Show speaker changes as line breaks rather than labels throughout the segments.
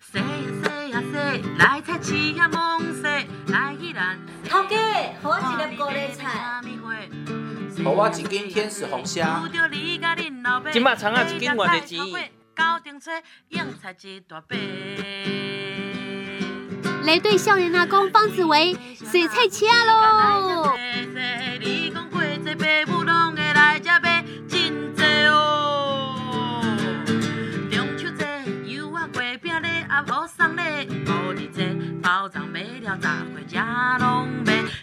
せいせいやせい来菜市呀梦西来依然
头家，给我一粒高丽菜。
给我一斤天使红虾
这摆
啊
葱仔一斤偌侪钱
来对少年阿公方子维洗菜车喽！
哦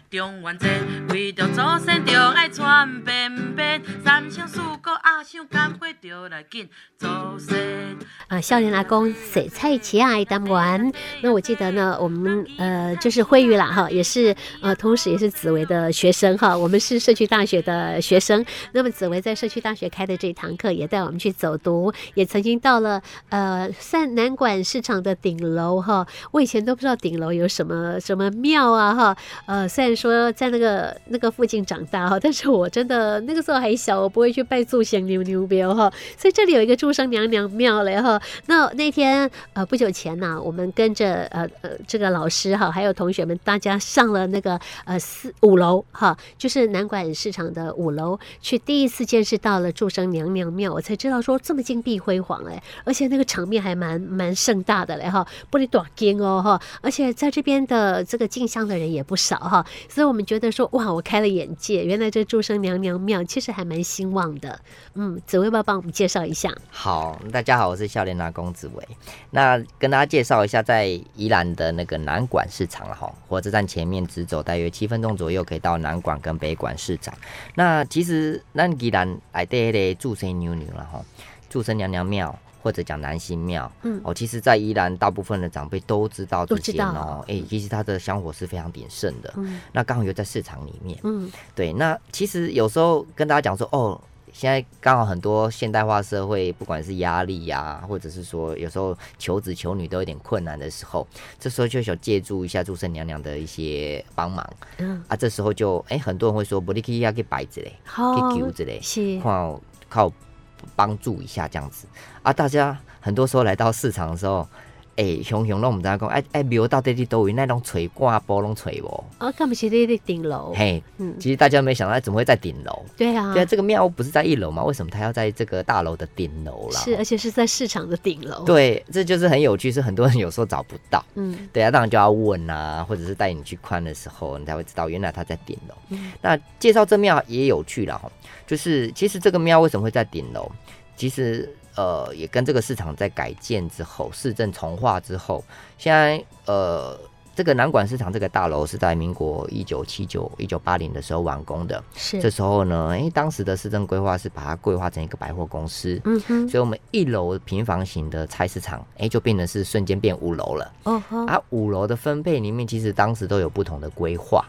中元节为着祖先，着爱穿便便，三香四果阿香干花，着来敬祖先。
啊，少年阿公洗菜奇爱当玩。那我记得呢，我们呃就是慧玉啦哈，也是呃，同时也是紫薇的学生哈。我们是社区大学的学生，那么紫薇在社区大学开的这堂课，也带我们去走读，也曾经到了呃善南馆市场的顶楼哈。我以前都不知道顶楼有什么什么庙啊哈。呃，虽然说在那个那个附近长大哈，但是我真的那个时候还小，我不会去拜祖先牛牛庙哈。所以这里有一个祝生娘娘庙嘞哈。那那天呃不久前呐、我们跟着呃呃这个老师哈，还有同学们，大家上了那个呃四五楼哈，就是南管市场的五楼，去第一次见识到了祝生娘娘庙，我才知道说这么金碧辉煌哎，而且那个场面还蛮蛮盛大的嘞哈，不离短间哦哈，而且在这边的这个进香的人也不少哈，所以我们觉得说哇，我开了眼界，原来这祝生娘娘庙其实还蛮兴旺的。嗯，紫薇要不要帮我们介绍一下？
好，大家好，我是笑脸阿公紫薇。那跟大家介绍一下，在宜兰的那个南馆市场了哈，火车站前面直走大约七分钟左右，可以到南馆跟北馆市场。那其实咱宜兰哎来的个祝生娘娘了哈，祝生娘娘庙。或者讲南星庙，
嗯
哦，其实，在宜兰大部分的长辈都知道
都
这
知
些
道
哦，哎、其实它的香火是非常鼎盛的。
嗯
那刚好又在市场里面，
嗯
对，那其实有时候跟大家讲说，哦，现在刚好很多现代化社会，不管是压力呀、或者是说有时候求子求女都有点困难的时候，这时候就想借助一下祝圣娘娘的一些帮忙
嗯，
啊。这时候就，哎，很多人会说，不，你可以要去摆之类，
好
去，求之类，
是
靠靠帮助一下这样子啊。大家很多时候来到市场的时候。哎，熊熊，那我们在讲，哎哎，庙到底伫都位，那拢吹挂波拢吹无，
啊，干嘛去那个顶楼？
嘿，
嗯，
其实大家没想到，哎怎么会在顶楼？
对啊
对，啊，这个庙不是在一楼吗？为什么它要在这个大楼的顶楼啦？
是，而且是在市场的顶楼。，
对，这就是很有趣，是很多人有时候找不到。
嗯
对啊，当然就要问啊，或者是带你去看的时候，你才会知道原来它在顶楼。
嗯
那介绍这庙也有趣啦，哈，就是其实这个庙为什么会在顶楼？其实呃，也跟这个市场在改建之后，市政重化之后，现在呃。这个南馆市场这个大楼是在民国一九七九、一九八零的时候完工的，这
是，
时候呢，诶，当时的市政规划是把它规划成一个百货公司，
嗯哼，
所以我们一楼平房型的菜市场，诶，就变成是瞬间变五楼了。
哦吼，
啊，五楼的分配里面，其实当时都有不同的规划。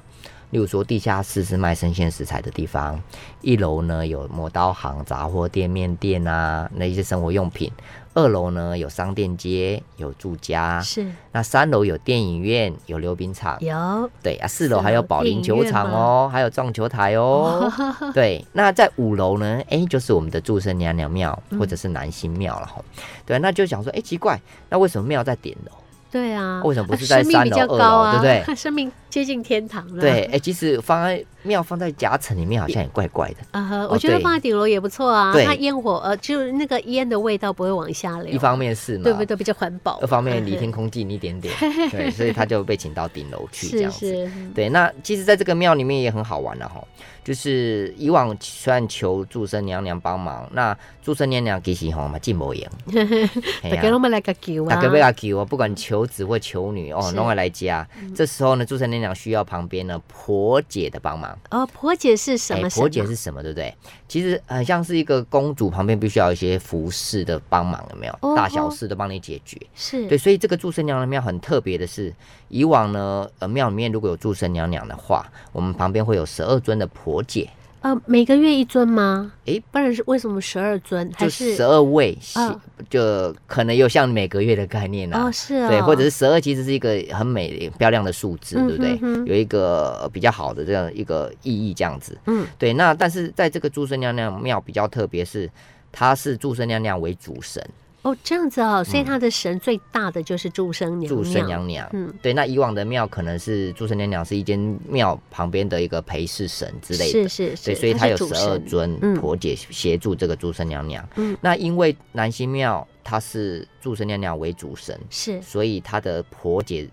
例如说，地下室是卖生鲜食材的地方，一楼呢有磨刀行、杂货店、面店啊，那一些生活用品；二楼呢有商店街、有住家，
是
那三楼有电影院、有溜冰场，
有，
对啊，四楼还有保龄球场哦，还有撞球台哦。对，那在五楼呢？哎，就是我们的祝圣娘娘庙或者是南星庙了吼。对啊，那就想说，哎，奇怪，那为什么庙在顶楼？
对啊，
为什么不
啊
是在
生命比
三
较
楼二
高
楼
啊？
对不对
生命接近天堂了。
对，哎，其实放在庙放在夹层里面好像也怪怪的。
啊哈，
哦
我觉得
对
放在顶楼也不错啊，
对
它烟火呃，就是那个烟的味道不会往下流，
一方面是嘛，
对不对？比较环保。啊
二方面离天空近一点 点，对，所以他就被请到顶楼去这
是
样子。
是，
对，那其实在这个庙里面也很好玩了哈，就是以往虽然求祝生娘娘帮忙，那祝生娘娘其实吼嘛进无 赢，嘿
大家
呀
拢要来个球啊
大，家要来求哦，不管求子或求女哦
是，嗯
拢会来家。这时候呢，祝生娘娘需要旁边呢婆姐的帮忙。
哦，婆姐是什么？
哎婆姐
什么
是什么？对不对？其实很像是一个公主旁边必须要有一些服侍的帮忙，有没有？
哦
大小事都帮你解决。
是，
对，所以这个祝生娘娘庙很特别的是，以往呢，呃，庙里面如果有祝生娘娘的话，我们旁边会有十二尊的婆姐，
呃，每个月一尊吗？
诶
不然是为什么十二尊？还
就是十二位，
嗯
就可能有像每个月的概念啊。
哦，是啊，
对，或者是十二其实是一个很美漂亮的数字，对不对？
嗯哼哼
有一个呃比较好的这样一个意义，这样子。
嗯，
对。那但是在这个祝生娘娘庙比较特别是，它是祝生娘娘为主神，
哦，这样子哦，所以他的神最大的就是祝生娘娘。
祝嗯生娘娘，
嗯
对，那以往的庙可能是祝生娘娘是一间庙旁边的一个陪侍神之类
是
的，
是是，
对，所以它有
是主
十二
神
尊
嗯
婆姐协助这个祝生娘娘。
嗯
那因为南溪庙它是祝生娘娘为主神，
是
所以它的婆姐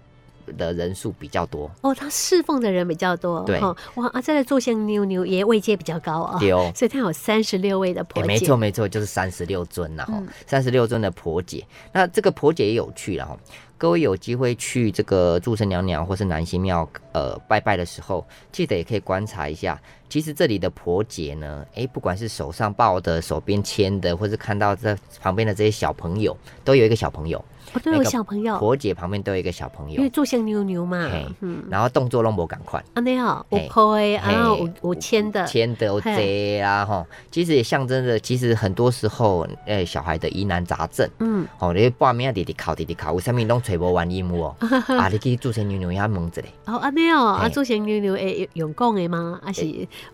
的人数比较多。
哦，他侍奉的人比较多，
对
哦、哇啊，这个做香妞妞也位阶比较高啊、
对哦
所以他有三十六位的婆姐，嗯
哎，没错没错，就是三十六尊然后三十六尊的婆姐。那这个婆姐也有趣了哈，各位有机会去这个祝生娘娘或是南溪庙呃拜拜的时候，记得也可以观察一下。其实这里的婆姐呢，哎，不管是手上抱的、手边牵的，或是看到这旁边的这些小朋友，都有一个小朋友。
哦，都有
那个
小朋友，
婆姐旁边都有一个小朋
因为
友，
做香妞妞嘛
嘿，
嗯，
然后动作弄不赶快。
啊那样五
嘿
块
嘿
啊，五五千的，
签的有
嘿
这啦吼，其实也象征着，其实很多时候，诶、小孩的疑难杂症，
嗯，
吼、你半暝啊直直哭直直哭，为啥物拢揣无原因有 哦？啊，你去做成牛牛遐问一下，
哦啊那样啊，
嘿
做香妞妞诶用讲的吗？还是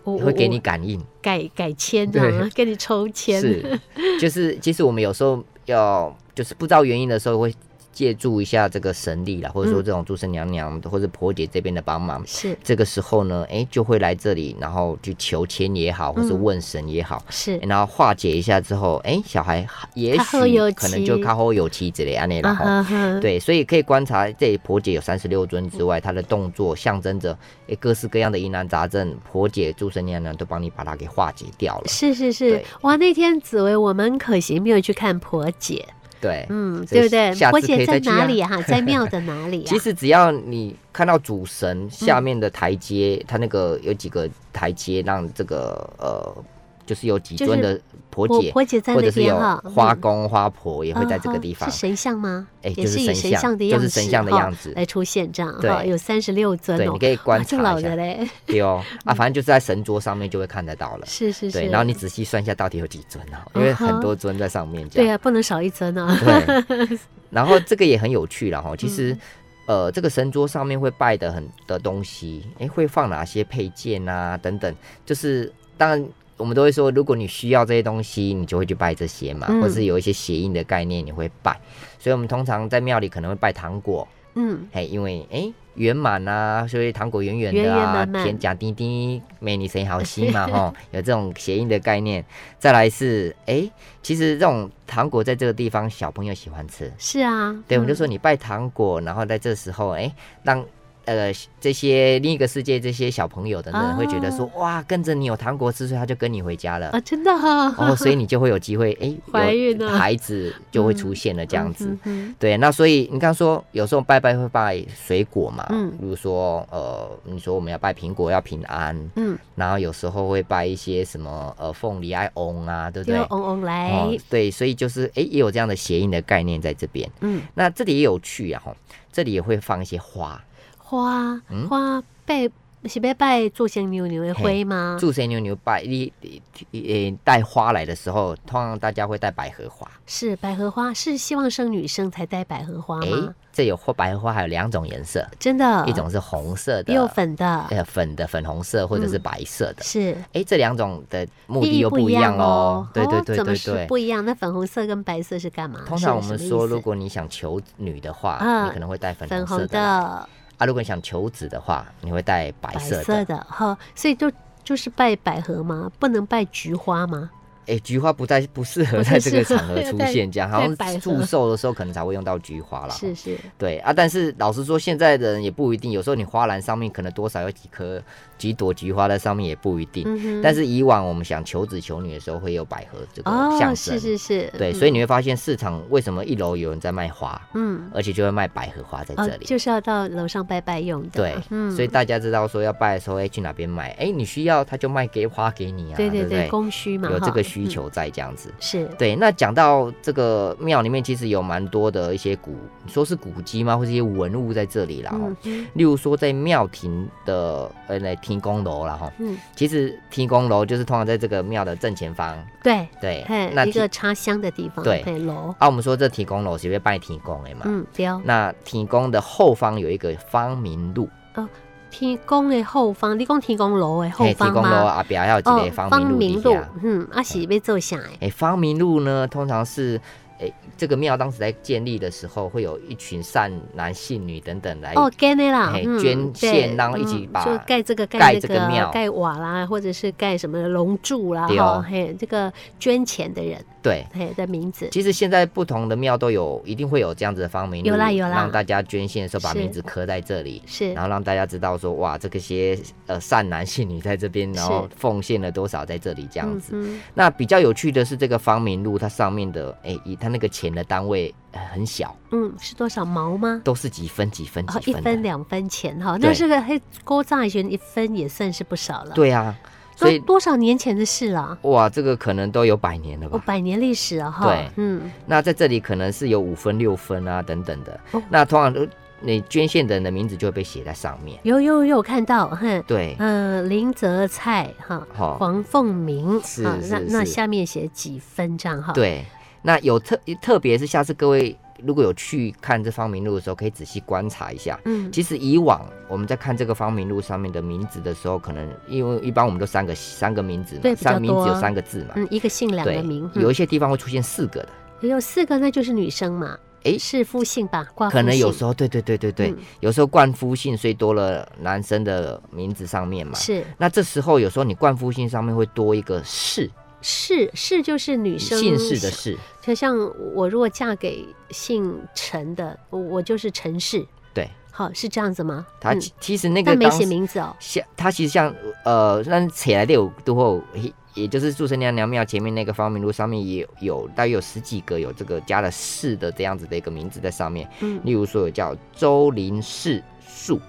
我
会给你感应。
改改签啊
对，
给你抽签，
是， 就是其实我们有时候要就是不知道原因的时候会。借助一下这个神力啦，或者说这种诸神娘娘、或者婆姐这边的帮忙，
是
这个时候呢，哎、就会来这里，然后去求签也好，或是
嗯
问神也好，
是
然后化解一下之后，哎、小孩也
较好有
许可能就
期
靠后有期之类安内
啊
了吼。
哈哈，
对，所以可以观察这里婆姐有三十六尊之外，她的动作象征着诶各式各样的疑难杂症，婆姐、诸神娘娘都帮你把它给化解掉了。
是是是
对，
哇！那天紫薇，我们可惜没有去看婆姐，
对，
嗯，
所
对
以
不对？
下
婆
次可
姐
以
在
再去
哪
啊
里 啊？在庙的哪里啊？
其实只要你看到主神下面的台阶，它那个有几个台阶让这个呃，就是有几
就是
尊的婆
婆
姐，
婆姐在
或
那
者是
边
有
哈
花
嗯
公花婆也会在这
啊
个
哈
地方
是。神像吗？
哎
也
就是
以
神
神
像
像的样
就
子，
是神像的
哈
样子
来出现这样哈，
对
有三十六尊
对，
哦
你，可以观
哇这
察
老
一
的
下，
嘞，
对哦，啊，反正就是在神桌上面就会看得到了。
是是是，哦
对，然后你仔细算一下到底有几尊啊？因为很多尊在上面这
对
样。
啊，不能少一尊啊，嗯
对， 然后这个也很有趣了哈。其实，呃，这个神桌上面会拜的很的东西，哎，会放哪些配件啊？等等，就是当然。我们都会说，如果你需要这些东西，你就会去拜这些嘛，
嗯
或是有一些谐音的概念，你会拜。所以，我们通常在庙里可能会拜糖果，
嗯，
嘿，因为哎圆满啊，所以糖果圆圆的
圆圆
啊，
满满
甜假滴滴，美女谁好心 嘛吼，有这种谐音的概念。再来是哎，其实这种糖果在这个地方小朋友喜欢吃，
是啊，
对，
嗯
我们就说你拜糖果，然后在这时候哎让。呃，这些另一个世界这些小朋友等等会觉得说，哇，跟着你有糖果吃，所以他就跟你回家了。
啊，真的哈，
哦，所以你就会有机会，哎、有
怀孕了
孩子就会出现了这样子。
嗯哼
对，那所以你刚说有时候拜拜会拜水果嘛，
嗯
比如说呃，你说我们要拜苹果要平安，
嗯，
然后有时候会拜一些什么呃凤梨爱翁啊，对不
就
对？
嗡嗡来
哦，，对，所以就是哎，也有这样的谐音的概念在这边。
嗯，
那这里也有趣啊，吼，这里也会放一些花，
花
嗯
花拜是拜拜做香妞妞的灰
嘿
吗？
祝谁牛牛拜，你你你呃带花来的时候，通常大家会带百合花。
是百合花，是希望生女生才戴百合花
哎
吗？，
这有花百合花，还有两种颜色，
真的，
一种是红色的，
呃也有粉嗯的，
呃粉的粉红色或者是白色的。
是
哎，这两种的目
意
的
义
又
不
不一样
哦
哦。。对对对
怎么
对
是
对。
不一样？那粉红色跟白色是干嘛？
通
是
常我
什
们
么意
说，
思
如果你想求女的话，
嗯
你可能会带粉
粉
红色
红
的啦
的、
啊；如果你想求子的话，你会带白
白
色
色
的。
的，哈，所以就就是拜百合吗？不能拜菊花吗？
哎，菊花不在不适合
不太
在这个
适合
场 合
要
出
带
现，这样
带
好
百合
像祝寿的时候可能才会用到菊花啦。
是是，
对啊，但是老实说，现在的人也不一定，有时候你花篮上面可能多少有几颗几朵菊花在上面也不一定。
嗯哼
但是以往我们想求子求女的时候，会有百合这个
哦，
象
是
征。
是是，
对，
嗯
所以你会发现市场为什么一楼有人在卖花，
嗯，
而且就会卖百合花在
哦
这，里。
就是要到楼上拜拜用的，嗯
对，所以大家知道说要拜的时候，哎，去哪边买？哎，你需要他就卖给花给你啊，
对
对
对
不
对，供需嘛，
有这
哈
个
嗯
需求在这样子。
是，
对，那讲到这个庙里面，其实有蛮多的一些古，你说是古迹吗？或是一些文物在这里啦。哦
嗯哼
例如说，在庙庭的呃，那天宫楼啦，哈，
嗯，
其实天宫楼就是通常在这个庙的正前方。
对，
对
嘿，，
那
一
天
个插香的地方，
对
嘿楼，
啊，我们说这天宫楼是会拜天宫的嘛。
嗯，对哦。
那天宫的后方有一个方明路，
天宫的后方，你讲天宫楼的后
嘿
方
天宫楼
吗？哦
啊，边还有一个
方
方明
明
路
路
底下。，
嗯，啊是要做啥的？
哎，方明路呢，通常是哎这个庙当时在建立的时候，会有一群善男信女等等来
哦，给你啦
哎嘿，
嗯
捐献
对
然后一起
嗯
把
就盖这个
盖
那
这个庙
个盖瓦啦，或者是盖什么龙柱啦，
对
哈
哦
嘿，这个捐钱的人
对。
嘿的名字，
其实现在不同的庙都有，一定会有这样子的方名录
有啦有啦
让大家捐献的时候把
是
名字刻在这里，
是
然后让大家知道说，哇，这个些呃善男信女在这边，然后
是
奉献了多少在这里这样子。
嗯
那比较有趣的是，这个方明路它上面的，哎、以它那个钱的单位呃很小，
哼嗯，是多少毛吗？
都是几分几分
哦，
几
一
分的。
分两分钱哈，
对
那是个嘿，勾账学一分也算是不少了。，
对啊，所以
哦多少年前的事了，
哇，这个可能都有百年了
哦，
吧。
百年历史了哈。
对
嗯，
那在这里可能是有五分六分啊等等的。
哦
那通常都你捐献的人的名字就会被写在上面。
有有有看到，哼，
对，
嗯，林泽菜哈，
好
黄凤鸣，
是
啊那
是
那
是
下面写几分这样哈。，
对，那有特特别是下次各位如果有去看这方名录的时候，可以仔细观察一下。
嗯，
其实以往我们在看这个方名录上面的名字的时候，可能因为一般我们都三个三个名字嘛
对，比较
三名字
多
有三个字嘛，
嗯，一个姓两个
啊对
名，，嗯
有一些地方会出现四个的，
有四个，那就是女生嘛。
诶
是夫姓吧？挂夫
可能有时
啊姓
候对对对对对
嗯，
有时候冠夫姓，所以多了男生的名字上面嘛。
是
那这时候有时候你冠夫姓上面会多一个氏，
是是，就是女生
姓氏的氏，
就像我如果嫁给姓陈的，我我就是陈氏，
对，
好是这样子吗？
他
嗯
其其实那个
但没
当
写
时
名字哦。
像它其实像呃，那起来六度后，也也就是祝生娘娘庙前面那个方明路上面也有有大约有十几个有这个加了氏的这样子的一个名字在上面，
嗯
例如说有叫周林氏树，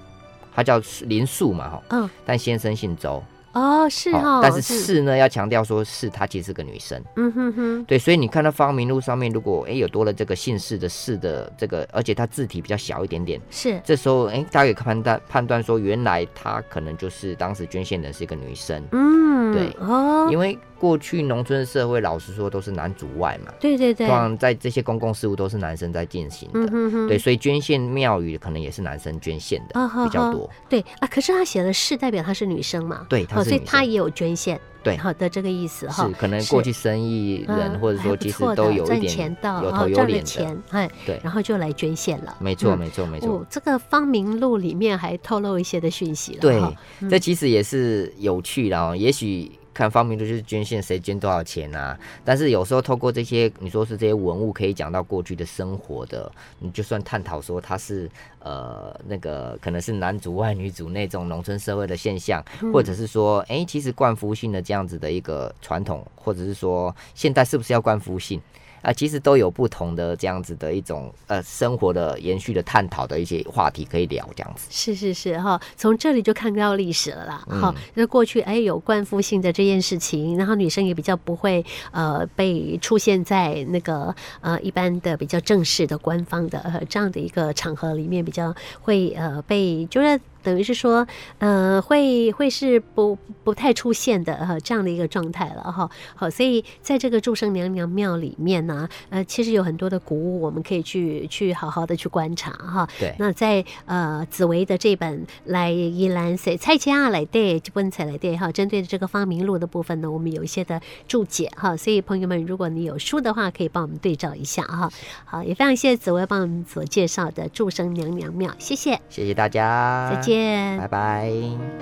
他叫林树嘛哈，
嗯，
但先生姓周，
哦是
齁
哦，
但是氏呢要强调说是她其实是个女生，
嗯哼哼，
对，所以你看到方明路上面如果诶有多了这个姓氏的氏的这个，而且它字体比较小一点点，
是
这时候，哎，大家也判断判断说，原来她可能就是当时捐献人是一个女生，
嗯
对
哦，
因为过去农村社会，老实说都是男主外嘛，
对对对
通，常在这些公共事务都是男生在进行
嗯
的，
哼哼，
对，所以捐献庙宇可能也是男生捐献的、
啊哈
比较
哈
多，
对啊，可是他写了是代表她是女生嘛，
对她
哦
是
所以
女
她
生
也有捐献，
对
好的这个意思哈
是，可能
是
过去生意人、
嗯
或者
还
说
不
其实
错
都
的
有一
赚
点
钱到
有
哦
头有
赚了
脸的，
钱，哎，
对
然后就来捐献了，
没错
嗯
没错没错。
哦，这个芳名录里面还透露一些的讯息了。
对
哈，
这其实也是有趣的哦。也许看方明路就是捐献谁捐多少钱啊，但是有时候透过这些你说是这些文物，可以讲到过去的生活的，你就算探讨说它是呃那个可能是男主外女主内这种农村社会的现象，或者是说哎、诶其实冠夫姓的这样子的一个传统，或者是说现在是不是要冠夫姓？啊，其实都有不同的这样子的一种呃生活的延续的探讨的一些话题可以聊这样子。
是是是哈，从这里就看到历史了啦。
嗯
哈、那过去哎有冠夫姓的这件事情，然后女生也比较不会呃被出现在那个呃一般的比较正式的官方的呃这样的一个场合里面，比较会呃被就是。等于是说，呃，会会是不不太出现的呃这样的一个状态了哈。好，所以在这个祝生娘娘庙里面呢、呃，其实有很多的古物，我们可以去去好好的去观察哈。
对
那在呃紫薇的这本《来依兰塞蔡奇亚来对这本采来对哈，针对这个方明录的部分呢，我们有一些的注解哈，所以朋友们，如果你有书的话，可以帮我们对照一下哈。好，也非常谢谢紫薇帮我们所介绍的祝生娘娘庙，谢谢，
谢谢大家，
再见。
拜拜。